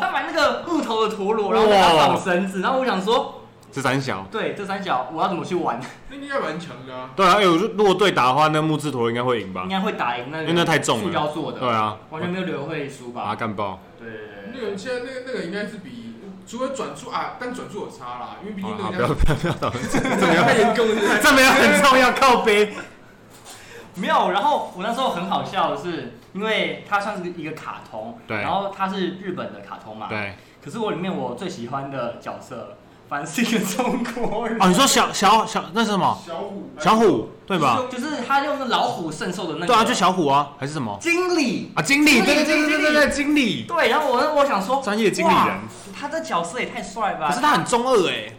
B: 他买那个木头的陀螺，然后给他绑绳子，然后我想说，
C: 是三小。
B: 对这三小我要怎么去玩？
C: 啊
A: 那应该蛮强的啊。
C: 对啊，哎、我说如果对打的话，那木质陀螺应该会赢吧
B: 应？该会打赢那个，
C: 因为那太重了
B: 塑胶做的，
C: 对啊，
B: 完全没有理由会输
C: 把它
B: 吧？
C: 干 爆。
B: 对对对
A: 那
B: 对对
A: 个现在那个那个应该是比，除了转速啊，但转速有差啦，因为毕
C: 好
A: 竟
C: 了，
A: 那
C: 好
A: 个
C: 不要
A: 人
C: 不要不要讨论这个，这
A: 家
C: 没有
A: 太严重了。
C: 这没有很重要，靠背。
B: 没有。然后我那时候很好笑的是，因为它算是一个卡通，
C: 对
B: 然后它是日本的卡通嘛，
C: 对，
B: 可是我里面我最喜欢的角色，反正是一个中国人。
C: 哦，你说小小小那是什么？
A: 小虎，
C: 小虎对吧？
B: 就是他用那老虎圣兽的那个，
C: 对啊，就小虎啊，还是什么
B: 经理。
C: 啊？经理，
B: 经理
C: 对对对
B: 经理
C: 对对对，经理，
B: 对，然后我我想说，
C: 专业经理人
B: 哇。他这角色也太帅了吧！
C: 可是他很中二哎，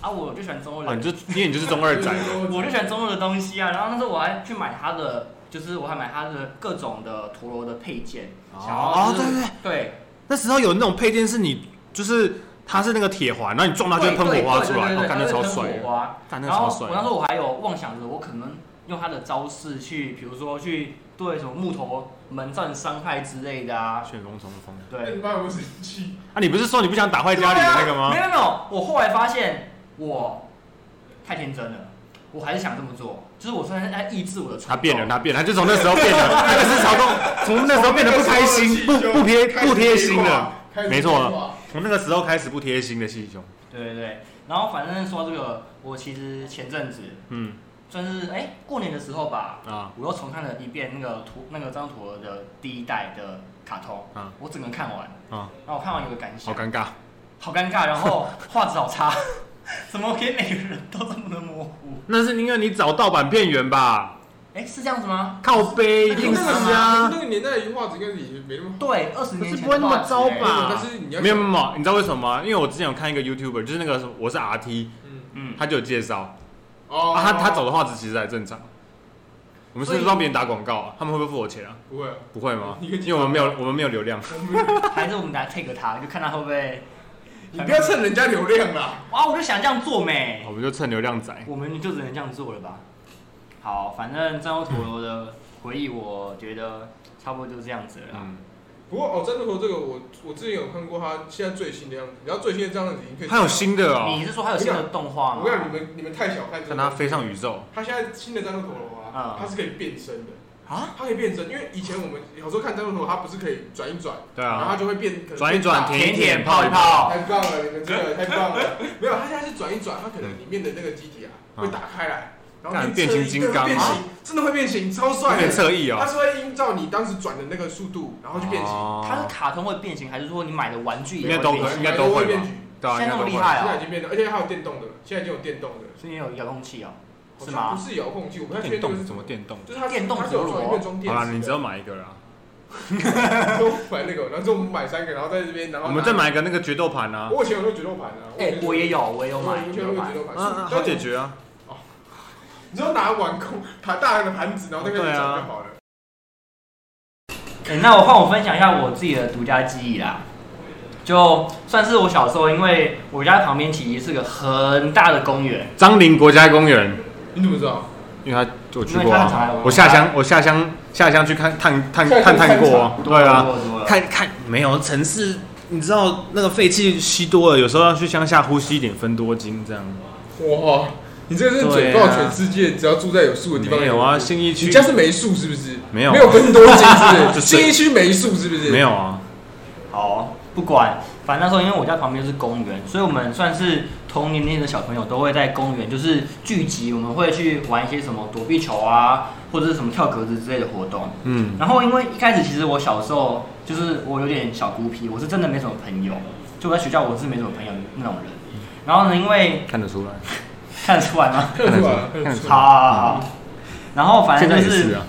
B: 啊，我就喜欢中二
C: 啊，
B: 人，
C: 你就因为你就是中二仔，
B: 我就喜欢中二的东西啊。然后那时候我还去买他的，就是我还买他的各种的陀螺的配件，想要
C: 哦
B: 就
C: 对
B: 是
C: 对对，
B: 对
C: 那时候有那种配件是你就是它是那个铁环，然后你撞它就会喷火花出来，
B: 对
C: 哦，
B: 对对对
C: 干那
B: 它
C: 超
B: 会喷
C: 帅的，
B: 火花。
C: 干那啊
B: 然
C: 超
B: 后
C: 帅
B: 我
C: 的。
B: 那时候我还有妄想着，我可能用他的招式去，比如说去对什么木头门造成伤害之类的啊。
C: 旋风冲锋
A: 那
B: 对
A: 你，爸有没有生气？
C: 啊！你不是说你不想打坏家里的那个吗
B: 啊没？有没有，我后来发现我太天真了，我还是想这么做，就是我虽然在抑制我的冲动，
C: 他变了，他变了，他就从那时候变了，他就是从从那时候变得不开心，不不贴不贴心了，
A: 开始
C: 没错
A: 变化。
C: 从那个时候开始不贴心的细胸，
B: 对对对。然后反正说到这个，我其实前阵子
C: 嗯
B: 算是哎、过年的时候吧，
C: 啊，
B: 我又重看了一遍那个图那个张陀螺的第一代的卡通，
C: 嗯
B: 我整个看完，
C: 嗯
B: 然后我看完有个感想，
C: 好尴尬，
B: 好尴尬，然后画质好差， 怎么可以每个人都这么的模糊？
C: 那是因为你找盗版片源吧，
B: 哎、是这样子吗？
C: 靠背一
A: 那
C: 定
A: 个
C: 是
A: 时候
C: 啊，
A: 那个年代的画质应该是已经没那么好。
B: 对，二十
C: 可
B: 年
C: 是
B: 前
C: 不会那么
B: 的画
C: 糟
B: 质哎
C: 吧？
A: 但是你要
C: 没有没有没有，你知道为什么吗？因为我之前有看一个 YouTuber，就是那个什么我是 RT，
A: 嗯，
B: 嗯，
C: 他就有介绍，
A: 哦
C: 啊他他找的画质其实还正常，我们是不是帮别人打广告啊，他们会不会付我钱啊？
A: 不会啊，
C: 不会吗？
A: 你可以
C: 因为我们没有我们没有流量。
B: 还是我们来 take 他，就看他会不会。
A: 你不要趁人家流量啦。
B: 哇，我就想这样做没
C: 我，们就蹭流量仔。
B: 我们就只能这样做了吧。好，反正战斗陀螺的回忆我觉得差不多就是这样子了啦。
C: 嗯，
A: 不过哦，战斗头这个我我之前有看过他现在最新的样子，你要最新的这样子已经可以。
C: 还有，新的哦，
B: 你是说还有新的动画吗？
A: 我跟你讲，你们你们太小看这个。
C: 看他飞上宇宙，
A: 他现在新的战斗陀螺啊
B: 嗯，
A: 它是可以变身的
B: 啊，
A: 它可以变身，因为以前我们有时候看战斗陀螺，它不是可以转一转，
C: 对
A: 然后
C: 啊
A: 它，就会变，可能
C: 转一转
A: 变
C: 舔一舔，
B: 舔
C: 泡一
B: 一泡
A: 大太棒了，你们这个太棒 了。没有，它现在是转一转，它可能里面的那个机体啊
C: 嗯
A: 会打开来，然后
C: 干
A: 变成
C: 变形金刚啊
A: 变形，真的会变形，超
C: 有
A: 帅
C: 点
A: 的。
C: 侧翼
A: 它
C: 哦，
A: 是会依照你当时转的那个速度，然后去变形，
B: 它是
C: 哦，
B: 卡通会变形，还是说你买的玩具也
C: 应该
B: 会
C: 都
B: 变
C: 可
B: 形
C: 应该都会
A: 会
C: 吧
A: 变形。
C: 对啊，应
B: 现在
C: 该
B: 那
C: 都
B: 么厉
C: 会。
B: 害
A: 现在已
B: 哦，
A: 经变的，而且还有电动的了，现在已经有电动的了，
B: 所以你有遥控器哦，
A: 好
B: 是
A: 像
B: 吗？
A: 不是遥控器，我不太确定
C: 电
A: 这
C: 动
A: 是
C: 怎么电动？
A: 就是它
B: 电动
A: 它是有
B: 陀螺
A: 装一个装电
C: 好
A: 池的。
C: 啦，你只要买一个啦。
A: 就买那个，然后就 我们买三个，然后在这边，然后
C: 我们再。买一个那个决斗盘啊，
A: 我以前有那个决斗盘啊，
B: 哎，我也有，我也有买，
A: 我
B: 我
A: 以
B: 也
A: 前有那
B: 有
A: 个
B: 买
A: 决。斗盘，
C: 嗯嗯，好解。决啊。
A: 你就拿碗空 盘大的盘子，然后在那
C: 啊
A: 边转就好了。
B: 哎、那我换我分享一下我自己的独家记忆啦，就算是我小时候，因为我家旁边其实是个很大的公园，
C: 张林国家公园，
A: 你怎么知道？
C: 因为他我去
B: 因为
C: 过
B: 它很
C: 啊，
B: 常来玩
C: 我下乡我下乡下乡去看探探
A: 下乡
C: 探探过啊，对啊，，
B: 多了
C: 看看没有城市，你知道那个废气吸多了，有时候要去乡下呼吸一点分多精这样。
A: 哇，你这个是
C: 对啊
A: 警告全世界，只要住在有树的地方
C: 没有啊，信义
A: 你
C: 区
A: 家是没树是不是？
C: 没有啊
A: 没有分多金是不
C: 就是
A: 是？新一区没树是不是？
C: 没。有啊，
B: 好，不管，反正那时候因为我家旁边是公园，所以我们算是同年龄的小朋友都会在公园就是聚集，我们会去玩一些什么躲避球啊，或者是什么跳格子之类的活动。
C: 嗯，
B: 然后因为一开始其实我小时候就是我有点小孤僻，我是真的没什么朋友，就我在学校我是没什么朋友那种人。然后呢，因为
C: 看得出来，
B: 看得出来吗？
A: 看得出 来，看得出来。
B: 好好好好然后反
C: 现
B: 正
C: 在
B: 就
C: 也是
B: 是
C: 啊，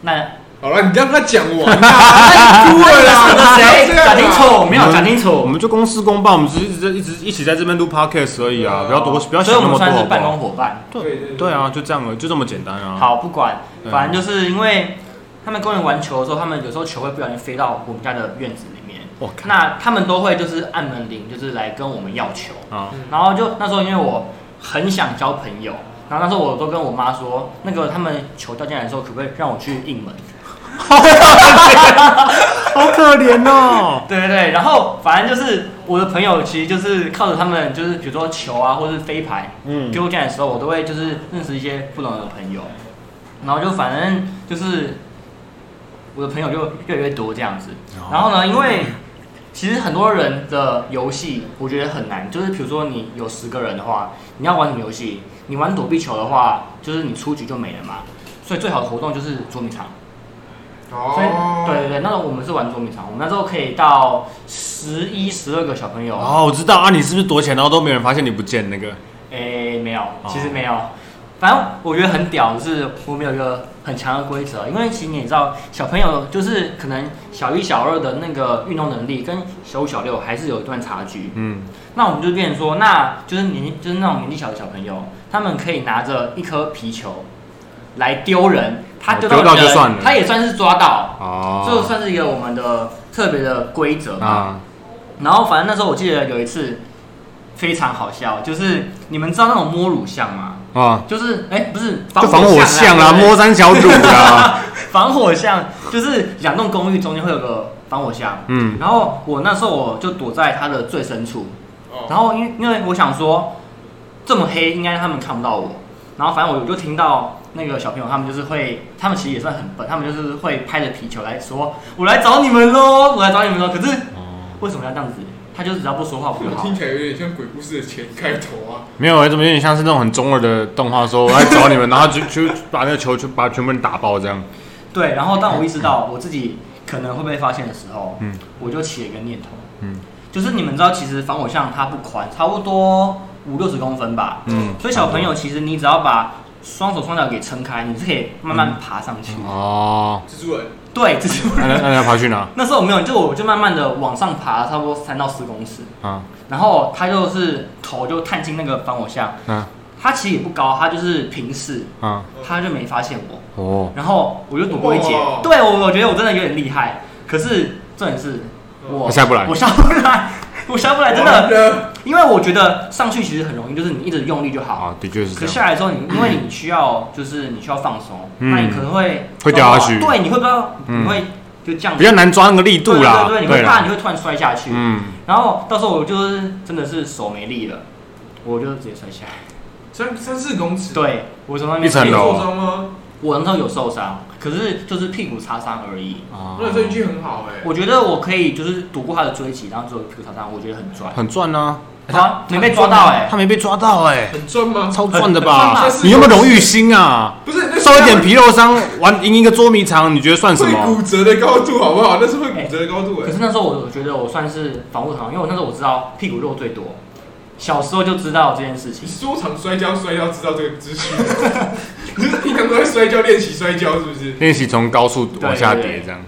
B: 那
A: 好了，你让他讲完 啊。
B: 哭了
A: 啦
B: 谁
A: 不要这样啊
B: 讲清楚？没有
C: 我们
B: 讲清楚，
C: 我们就公事公办，我们只是一直在一直一起在这边录 podcast 而已啊，不要多不要
B: 所以
C: 想
B: 我
C: 那
B: 们
C: 么多
B: 算
C: 好
B: 是
C: 不
B: 办公
C: 好？
B: 伙伴。
A: 对对
C: 对啊，就这样了，就这么简单啊。，
B: 好，不管，
C: 对啊
B: 反正就是因为他们公园玩球的时候，他们有时候球会不小心飞到我们家的院子里面，
C: 我看
B: 那他们都会就是按门铃，就是来跟我们要球。
C: 啊，
B: 然后就那时候因为我很想交朋友，然后那时候我都跟我妈说，那个他们球掉进来的时候，可不可以让我去应门？
C: 好可怜哦。
B: 对对对，然后反正就是我的朋友，其实就是靠着他们，就是比如说球啊，或是飞盘，
C: 嗯
B: 给我进来的时候，我都会就是认识一些不同的朋友，然后就反正就是我的朋友就越来越多这样子。然后呢，因为其实很多人的游戏我觉得很难，就是比如说你有十个人的话，你要玩什么游戏？你玩躲避球的话，就是你出局就没了嘛。所以最好的活动就是捉迷藏。所以
A: 哦。
B: 对对对，那时候我们是玩捉迷藏，我们那时候可以到十一、十二个小朋友。
C: 哦，我知道啊，你是不是躲起来，然后都没有人发现你不见那个？
B: 诶、没有，
C: 哦
B: 其实没有。反正我觉得很屌，就是我们有一个很强的规则，因为其实你也知道，小朋友就是可能小一、小二的那个运动能力跟小五、小六还是有一段差距。
C: 嗯，
B: 那我们就变成说，那就是年就是那种年纪小的小朋友，他们可以拿着一颗皮球来丢人，他
C: 哦
B: 丢
C: 丢
B: 到
C: 到就
B: 人，
C: 算了
B: 他也算是抓到，这、
C: 哦，
B: 算是一个我们的特别的规则嘛。
C: 啊，
B: 然后反正那时候我记得有一次非常好笑，就是你们知道那种摸乳像吗？
C: 啊，
B: 就是哎、不是
C: 就防火巷
B: 啦，
C: 啦，
B: 啊对
C: 啊摸三小组啊 啦，
B: 防火巷就是两栋公寓中间会有个防火巷。
C: 嗯，
B: 然后我那时候我就躲在它的最深处，
A: 哦
B: 然后因为因为我想说这么黑应该他们看不到我，然后反正我就听到那个小朋友他们就是会，他们其实也算很笨，他们就是会拍着皮球来说我来找你们喽，我来找你们喽。可是为什么要这样子？他就只要不说话不就
A: 我
B: 好
A: 听
C: 哦
B: 了？
A: 起来有点像鬼故事的前开头啊。
C: 没有，哎怎么有点像是那种很中二的动画，说我来找你们，然后就就把那个球就把全部人打爆这样。
B: 对，然后当我意识到我自己可能会被发现的时候，
C: 嗯
B: 我就起了一个念头，
C: 嗯
B: 就是你们知道，其实防火巷它不宽，差不多五六十公分吧，
C: 嗯
B: 所以小朋友其实你只要把双手双脚给撑开，你是可以慢慢爬上去。
C: 嗯哦，
A: 蜘 蛛人，
B: 对，只是
C: 那那那要爬去哪？
B: 那时候我没有，就我就慢慢的往上爬，差不多三到四公尺，
C: 啊，
B: 然后他就是头就探进那个防火巷，
C: 嗯
B: 他其实也不高，他就是平视，
C: 啊，
B: 他就没发现我。
C: 哦，
B: 然后我就躲过一劫
A: 哇。
B: 对我，我觉得我真的有点厉害。可是重点是，我
C: 你下不来
B: 我下不来。我想不来，真的，因为我觉得上去其实很容易，就是你一直用力就好。
C: 啊，的确是
B: 可
C: 这样。
B: 下来之后你，因为你需要就是你需要放松，
C: 嗯
B: 那你可能会
C: 会掉下去
B: 对，你会不知道，
C: 嗯
B: 你会就降
C: 比较难抓那个力度啦，
B: 对对对，你会怕
C: 啦，
B: 你会突然摔下去，
C: 嗯，
B: 然后到时候我就是真的是手没力了，我就直接摔下来。
A: 三三四公尺，
B: 对，我从那
C: 一
B: 边
C: 层
A: 你有
C: 楼
A: 受伤吗？
B: 我那时候有受伤，可是就是屁股擦伤而已。
C: 啊
A: 那这运气很好哎，
B: 我觉得我可以就是躲过他的追击，然后只有屁股擦伤，我觉得很赚。
C: 很赚啊，
B: 啊，没被抓到哎、
C: 他没被抓到哎，
A: 很赚吗？
C: 超赚 的
B: 很
C: 吧
B: 赚
A: 吧？
C: 你有没有荣誉心啊？
A: 不是，那是
C: 受一点皮肉伤，玩赢一个捉迷藏，你觉得算什
A: 会
C: 么？
A: 骨折的高度好不好？那是会骨折的高度
B: 可
A: 哎。
B: 是那时候我我觉得我算是防护好，因为我那时候我知道屁股肉最多，小时候就知道这件事
A: 你
B: 情。
A: 是多常摔跤摔跤知道这个资讯？你是平常都在摔跤练习摔跤是不是？
C: 练习从高处往下跌，这样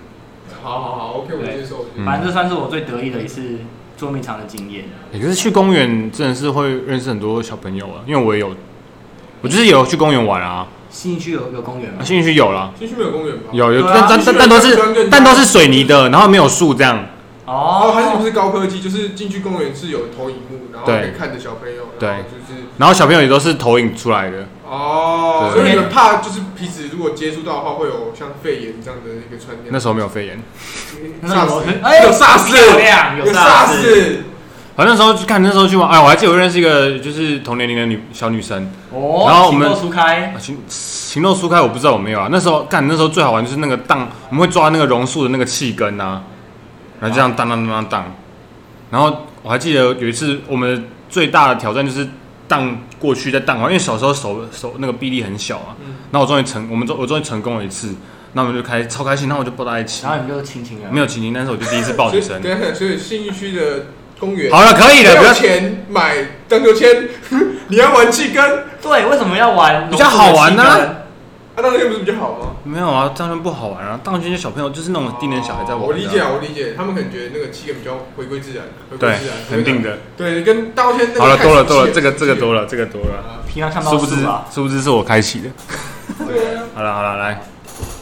A: 好好好，OK，我接受。我接受
C: 嗯
B: 反正这算是我最得意的一次捉迷藏的经验。
C: 欸可是去公园真的是会认识很多小朋友啊，因为我也有，我就是也有去公园玩啊，
B: 新区有有公园吗
C: 啊？兴趣有啦，
A: 新区没有公园吧？
C: 有有，
B: 对啊
C: 但但但但都
A: 兴趣有专
C: 是
A: 跟
C: 但都是水泥的，然后没有树这样，啊
A: 哦，还是你们是高科技，就是进去公园是有投影幕，然后
C: 对
A: 可以看着小朋友，
C: 对
A: 然后就是
C: 然后小朋友也都是投影出来的，
A: 哦，
C: 对
A: 所以你们怕就是彼此如果接触到的话，会有像肺炎这样的一个传染。
C: 那时候没有肺炎，
B: 那时候我
A: 有 SARS
B: 哎
A: 有 SARS
B: 漂亮，有
A: 有
B: SARS，
A: SARS，
C: 反正那时候去看那时候去玩，哎，我还记得我认识一个就是同年龄的女小女生，
B: 哦，
C: 然后我们
B: 情窦初开，
C: 啊情情窦初开，我不知道有没有啊，那时候干那时候最好玩就是那个荡，我们会抓那个榕树的那个气根啊，然后这样荡荡荡荡荡，然后我还记得有一次我们最大的挑战就是荡过去再荡回来，因为小时候手手那个臂力很小啊，
A: 嗯
C: 然后我终于成我们终我终于成功了一次，那我们就开超开心，那我就抱在一起
B: 然，后你们就亲亲了。
C: 没有亲亲，但是我就第一次抱
A: 所
C: 女
A: 以
C: 生，
A: 等一下所以信义区的公园
C: 好了可以了，不
A: 没
C: 要
A: 有钱买荡秋千，你要玩气根，啊，
B: 对，为什么要玩？
C: 比较好玩啊呢
A: 荡秋千不是比较好吗？
C: 没有啊，当然不好玩啊，荡秋千小朋友就是那种低能小孩在玩、
A: 哦我理解，啊，我理解，他们可能觉得那个气根比较回归自然，回归
C: 对
A: 自然，，
C: 肯定的。
A: 对，跟荡秋千那个
C: 好了，
A: 太
C: 多了
A: 熟悉
C: 多了，啊这个
A: 熟
C: 这
A: 悉
C: 个多了，这个多了。
A: 啊
B: 平常看
C: 殊
B: 到
C: 不知
B: 是吧？，
C: 殊不知是我开启的。
A: 对啊。
C: 好了，好了，来，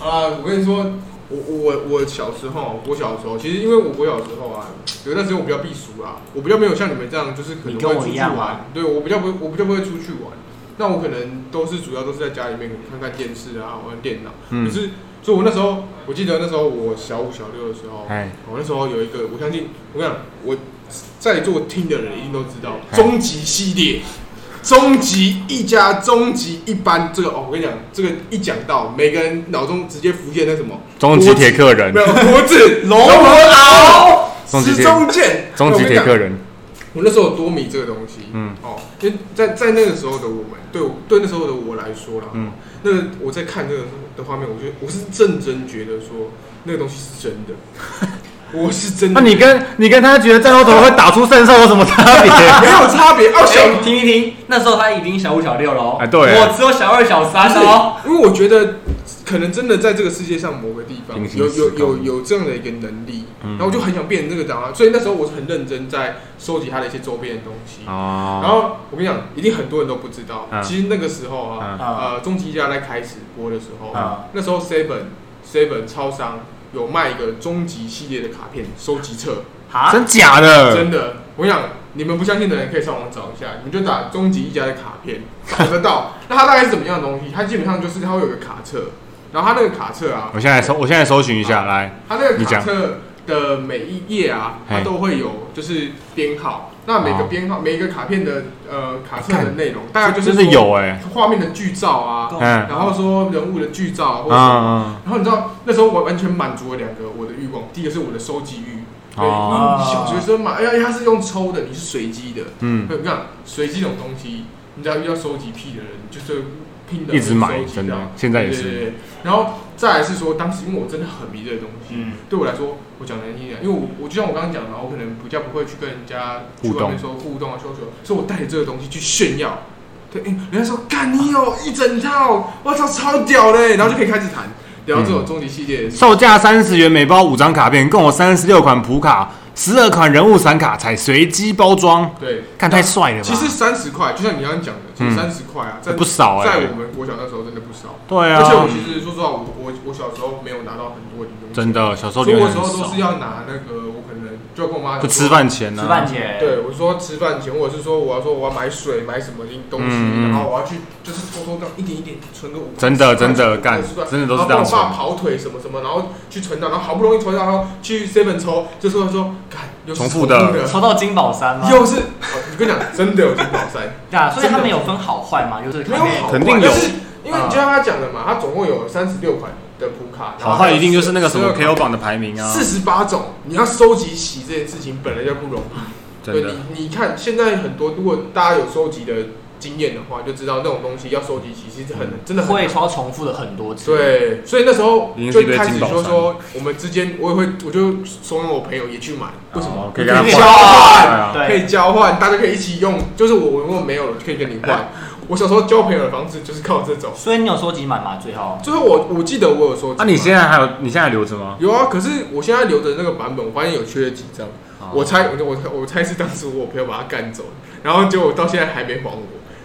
A: 啊，我跟你说，我我我小时候，我小时候，其实因为我我小时候啊，有一段时间我比较避暑啊，我比较没有像你们这样，就是可
B: 你
A: 能
B: 跟
A: 会
B: 我
A: 出
B: 一
A: 去
B: 样
A: 玩，对我比较不，我比较不会出去玩。那我可能都是主要都是在家里面看看电视啊，玩电脑。可
C: 嗯，
A: 是，所以我那时候，我记得那时候我小五小六的时候，
C: 哎，
A: 我那时候有一个，我相信，我跟你讲，我在座听的人一定都知道，
C: 嗨
A: 终极系列，终极一家，终极一班，这个哦，我跟你讲，这个一讲到，每个人脑中直接浮现那什么，
C: 终极铁克人
A: 没，有国 字，
B: 龙
A: 龙鳌，
C: 终极
A: 石
C: 铁
A: 中剑，哎
C: 终极铁
A: 我跟你
C: 克
A: 讲
C: 人，
A: 我那时候有多迷这个东西，
C: 嗯，
A: 哦，因为在在那个时候的我们，对我对那时候的我来说啦，哦
C: 嗯
A: 那个我在看这个的画面，我觉得我是认真觉得说那个东西是真 的，我是真
C: 那
A: 的，
C: 你跟你跟他觉得战斗头会打出胜胜有什么差别？
A: 没有差别。哦，
B: 哎
A: 小，
B: 停一停，那时候他已经小五小六了哦，
C: 哎对
B: 我只有小二小三哦。
A: 因为我觉得可能真的在这个世界上某个地方
C: 平行
A: 有
C: 时
A: 有有
C: 空
A: 有这样的一个能力，
C: 嗯
A: 然后我就很想变成这个档案，所以那时候我是很认真在收集他的一些周边的东西。然
C: 哦，
A: 后我跟你讲，一定很多人都不知道，
C: 嗯
A: 其实那个时候啊，
C: 嗯
B: 啊，
A: 呃，终极一家在开始播的时候，
B: 啊
A: 那时候 Seven Seven 超商有卖一个终极系列的卡片收集册，
B: 哈，
C: 啊真假的？
A: 真的，我跟你讲，你们不相信的人可以上网找一下，你们就打终极一家的卡片，找得到。 那它大概是怎么样的东西？它基本上就是它会有个卡册，然后它那个卡册啊，
C: 我现在搜，我现在搜寻一下，来，
A: 它那个
C: 你
A: 卡
C: 讲
A: 册的每一页啊，它
C: 嘿
A: 都会有就是编号。那每个
C: 哦
A: 编号，每一个卡片的呃卡册的
C: 看
A: 内容，大概就是
C: 真
A: 说
C: 的有哎，
A: 画面的剧照啊，
C: 嗯
A: 然后说人物的剧照啊或者什么
C: 嗯
A: 然后你知道那时候我完全满足了两个我的欲望，第一个是我的收集欲，对，
C: 哦
A: 因为你小学生嘛，哎呀，它是用抽的，你是随机的，
C: 嗯
A: 对，你看随机这种东西，你只要遇到收集癖的人，就是拼的
C: 嗯，一直买
A: 收，集
C: 真的
A: 到，
C: 现在
A: 对
C: 也
A: 对对
C: 是，
A: 对。然后再来是说，当时因为我真的很迷这个东西，
B: 嗯，
A: 对我来说，我讲难听一点，因为我我就像我刚刚讲的嘛，我可能比较不会去跟人家去外面说互动啊、social，所以我带着这个东西去炫耀。对，哎人家说干你有一整套，我操，超屌嘞！然后就可以开始谈聊这种终极系列的事。
C: 售价三十元每包五张卡片，共有三十六款普卡，十二款人物闪卡，采随机包装，
A: 对，
C: 看太帅了吧？
A: 其实三十块，就像你刚刚讲的，其实
C: 嗯
A: 三十块啊，在
C: 不少哎、
A: 在我们国小那时候真的不少。
C: 对啊，
A: 而且我其实说实话，我我我小时候没有拿到很多零用钱，
C: 真的小时
A: 所
C: 候零
A: 以我
C: 用
A: 小
C: 钱
A: 时候
C: 很
A: 都
C: 少
A: 是，要拿那个，我可能就跟我妈
C: 不
A: 讲
C: 吃
A: 说，
C: 饭钱啊呢、
B: 吃饭钱，
A: 对，我说吃饭钱，或者是说我要说我要买水买什么东西，
C: 嗯嗯
A: 然后我要去就是偷偷这样一点一点存个五块
C: 真的
A: 十块
C: 真的
A: 十块
C: 干
A: 十块，
C: 真的都
A: 然
C: 是
A: 后
C: 这
A: 帮我
C: 样
A: 爸
C: 存，
A: 跑腿什么什么，然后去存到，然后好不容易存到，然后去 seven 抽，这时候说，看又是
C: 重复
A: 复
C: 的
B: 抽到金宝山吗？
A: 又是，哦我跟你讲，真的有金宝 山，
B: 对啊，所以他们有分好坏嘛，就是
A: 没有好坏
C: 肯定有啊
A: 但是因为你就像他讲的嘛，他总共有三十六款的普卡，然后
C: 好坏一定就是那个什么
A: 还有
C: KO 榜的排名啊，
A: 四十八种，你要收集齐这件事情本来就不容易。
C: 真
A: 对
C: 的，
A: 你，你看现在很多，如果大家有收集的经验的话，就知道那种东西要收集齐，其实
C: 嗯
A: 很真的很
B: 会
A: 难。
B: 抽到重复的很多次。，
A: 对，所以那时候
C: 已经是
A: 就
C: 一堆
A: 开始
C: 金宝
A: 说
C: 山
A: 说，我们之间我也会，我就怂恿我朋友也去买，为什么
C: 哦？可以
A: 你
C: 跟他
A: 可以
C: 换
A: 交换，
C: 对啊
A: 可
B: 对，
A: 以交换，大家可以一起用。就是我我如果没有了，就可以跟你换。我小时候交朋友的方式就是靠这种。
B: 所以你有收集满吗？最后
A: 最后我我记得我有收集嘛，
C: 啊，你现在还有你现在还留着吗？
A: 有啊？可是我现在留的那个版本，我发现有缺了几张。我
C: 哦
A: 猜，我我我猜是当时我朋友把他干走，然后结果到现在还没还我。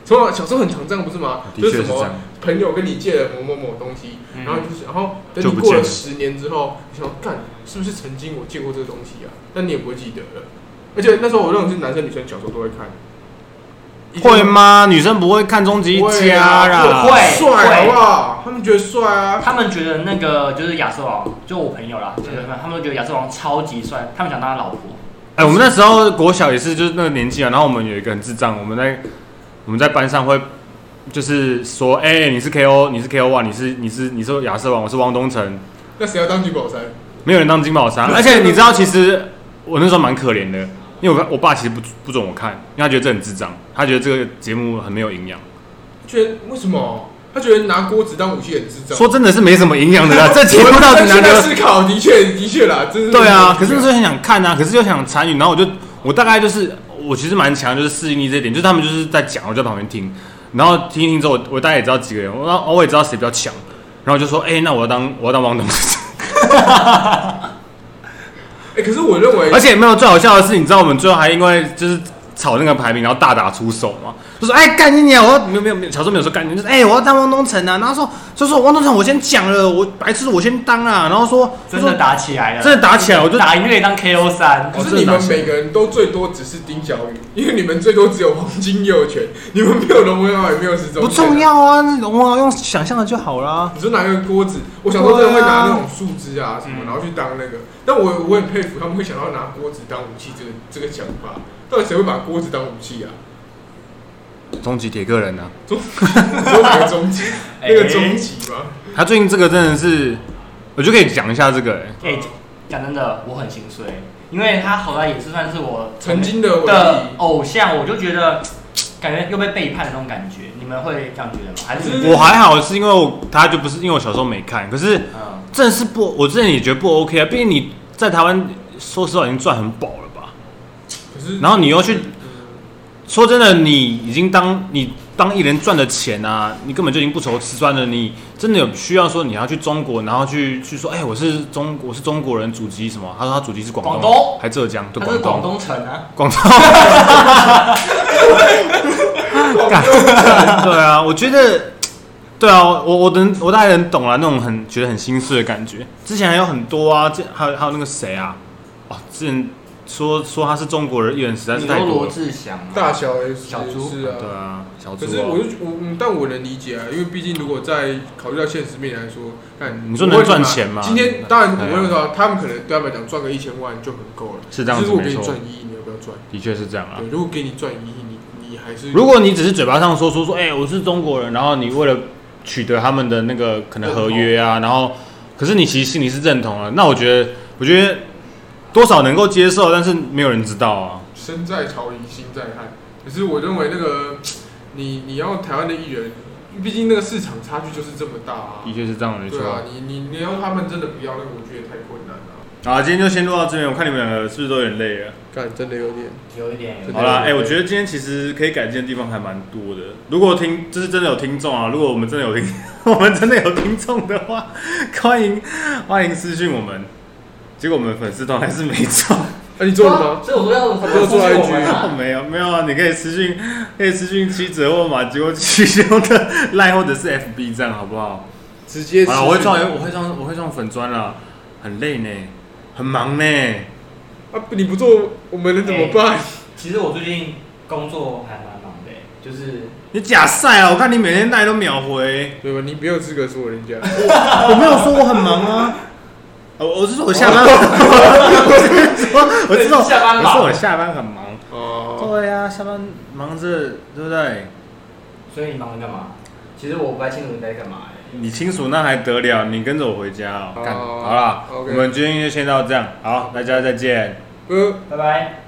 A: 从小小时候很常这样不是吗？
C: 的
A: 就
C: 确
A: 是
C: 是
A: 什
C: 这
A: 么
C: 样，
A: 朋友跟你借了某某某东西，
B: 嗯
A: 然后就是，然后等
C: 就
A: 你
C: 不
A: 过
C: 见
A: 了
C: 了
A: 十年之后，你想干是不是曾经我借过这个东西啊？但你也不会记得了。而且那时候我认为是男生女生小时候都会看，一定
C: 会？吗？女生不会看终极一
A: 会啊
C: 家啦，
B: 我会
A: 帅好不好？他们觉得帅啊，
B: 他们觉得那个就是亚瑟王，就我朋友啦，就是他们觉得亚瑟王超级帅，他们想当他老婆。
C: 哎、我们那时候国小也是，就是那个年纪啊。然后我们有一个很智障，我们在我们在班上会就是说，哎、你是 KO，你是 KO 王，你是你是你是亚瑟王，我是汪东城，
A: 那谁要当金宝山？
C: 没有人当金宝山。而且你知道，其实我那时候蛮可怜的，因为我我爸其实不不准我看，因为他觉得这很智障，他觉得这个节目很没有营养。
A: 觉得为什么？他觉得拿锅子当武器很智障。
C: 说真的是没什么营养的啦， 这节目到底哪
A: 现在
C: 个？
A: 思考，的确的确啦，真是
C: 对啊，可是那时候很想看啊，可是又想参与，然后我就我大概就是我其实蛮强，就是适应力这一点，就是他们就是在讲，我就在旁边听，然后听一听之后，我我大概也知道几个人，我然后我也知道谁比较强，然后我就说，哎、那我要当我要当汪东城，
A: 哎、可是我认为
C: 而且没有最好笑的是，你知道我们最后还因为就是。吵那个排名，然后大打出手嘛，就说哎干你娘！我要没有没有没有，小时候没有说干你，就是哎、我要当汪东城啊，然后说就说汪东城我先讲了，我白痴我先当啊，然后说就
B: 真
C: 说
B: 的打起来了，
C: 真的打起来，我就
B: 打赢可以当 KO 三。
A: 可是你们每个人都最多只是丁小雨，因为你们最多只有黄金右拳，你们没有龙文豪，也没有石中。
C: 不重。要啊，那龙王用想象的就好啦。
A: 你说拿个锅子，我小时候真的会拿那种树枝啊什
B: 嗯
A: 么，然后去当那个。但我我很佩服他们会想到拿锅子当武器这个这个想法，到底谁会把锅子当武器啊？
C: 终极铁个人啊，
A: 只有哪个终极？
B: 哎
A: 那个终极吗？
C: 他最近这个真的是，我就可以讲一下这个、欸，
B: 哎，讲真的，我很心碎，哎因为他好歹也是算是我
A: 曾经的回
B: 的
A: 忆，
B: 偶像，我就觉得感觉又被背叛的那种感觉。你们会这样觉得吗？还
A: 可
B: 是
A: 是
C: 我还好是因为我他就不是因为我小时候没看，可是
B: 嗯，
C: 真的是不，我之前也觉得不 OK 啊，毕竟你在台湾说实话已经赚很饱了吧，
A: 可是
C: 然后你又去
A: 嗯
C: 说真的，你已经当你当艺人赚的钱啊，你根本就已经不愁吃穿了。你真的有需要说你要去中国，然后去去说，哎、我是中我是中国人，祖籍什么？他说他祖籍是广
B: 广东
C: 还浙江，对
B: 他是广
C: 广东，
B: 东城啊，
C: 广东。
A: 广东
C: 对啊，我觉得，对啊，我我能我大概能懂啊，那种很觉得很心碎的感觉。之前还有很多啊，这还有还有那个谁啊，哦，之前说说他是中国人艺人实在是
B: 你
C: 太
B: 说罗
C: 多了。
B: 志祥啊，
A: 大小 S
B: 小猪
A: 是啊
C: 对。啊，小猪、
A: 可
C: 啊。
A: 是我就我嗯，但我能理解啊，因为毕竟如果在考虑到现实面来说，看
C: 你说能赚钱吗
A: 今天当然
C: 对啊
A: 我认为说，他们可能对他们来讲赚个一千万就很够了。
C: 是这样子
A: 可如果给
C: 没
A: 你
C: 错
A: 赚一亿，你要不要赚？
C: 的确是这样啊。
A: 对，如果给你赚一亿，你你还是
C: 如果你只是嘴巴上说说说，哎、我是中国人，然后你为了取得他们的那个可能合约
A: 哦
C: 啊，然后可是你其实心里是认同了，那我觉得，我觉得多少能够接受，但是没有人知道啊。
A: 身在朝里心在汉，可是我认为那个你你要台湾的艺人，毕竟那个市场差距就是这么大啊。
C: 的确是这样，没错
A: 对。啊，你你你要他们真的不要那个，我觉得也太困难了。
C: 好，今天就先录到这边，我看你们两个是不是都有点累了？
A: 干，真的有点。
B: 有一点有一点
C: 好啦，哎、
A: 对对对
C: 我觉得今天其实可以改进的地方还蛮多的。如果听，就是真的有听众啊，如果我们真的有听， 我们真的有听众的话，欢迎欢迎私讯我们。结果我们粉丝团还是没中，
A: 那啊你做了吗？
B: 啊所以我说要
A: 你有做 IG
B: 啊
C: 没有没有啊，你可以私信，可以私信七折或马吉或七兄的赖或者是 FB 这样好不好？
A: 直接
C: 好了，我会创
A: 啊，，
C: 我会创，我会创粉砖啦，很累呢，很忙呢。
A: 不啊你不做，我们能怎么办？
B: 其实我最近工作还蛮忙的欸，就是
C: 你假赛啊！我看你每天赖都秒回，
A: 对吧？你没有资格说人家，
C: 我没有说我很忙啊。哦，我是说我下班，我是说我是说
B: 对下班
C: 我
B: 忙
C: 说我下班很忙。
A: 哦，
C: 对呀、下班忙着，对不对？
B: 所以你忙着干嘛？其实我不太清楚你在干嘛欸
C: 你清楚那还得了？你跟着我回家哦。
A: 哦
C: 干好啦
A: OK
C: 我们今天就先到这样。好，大家再见。
A: 呃。
B: 拜拜。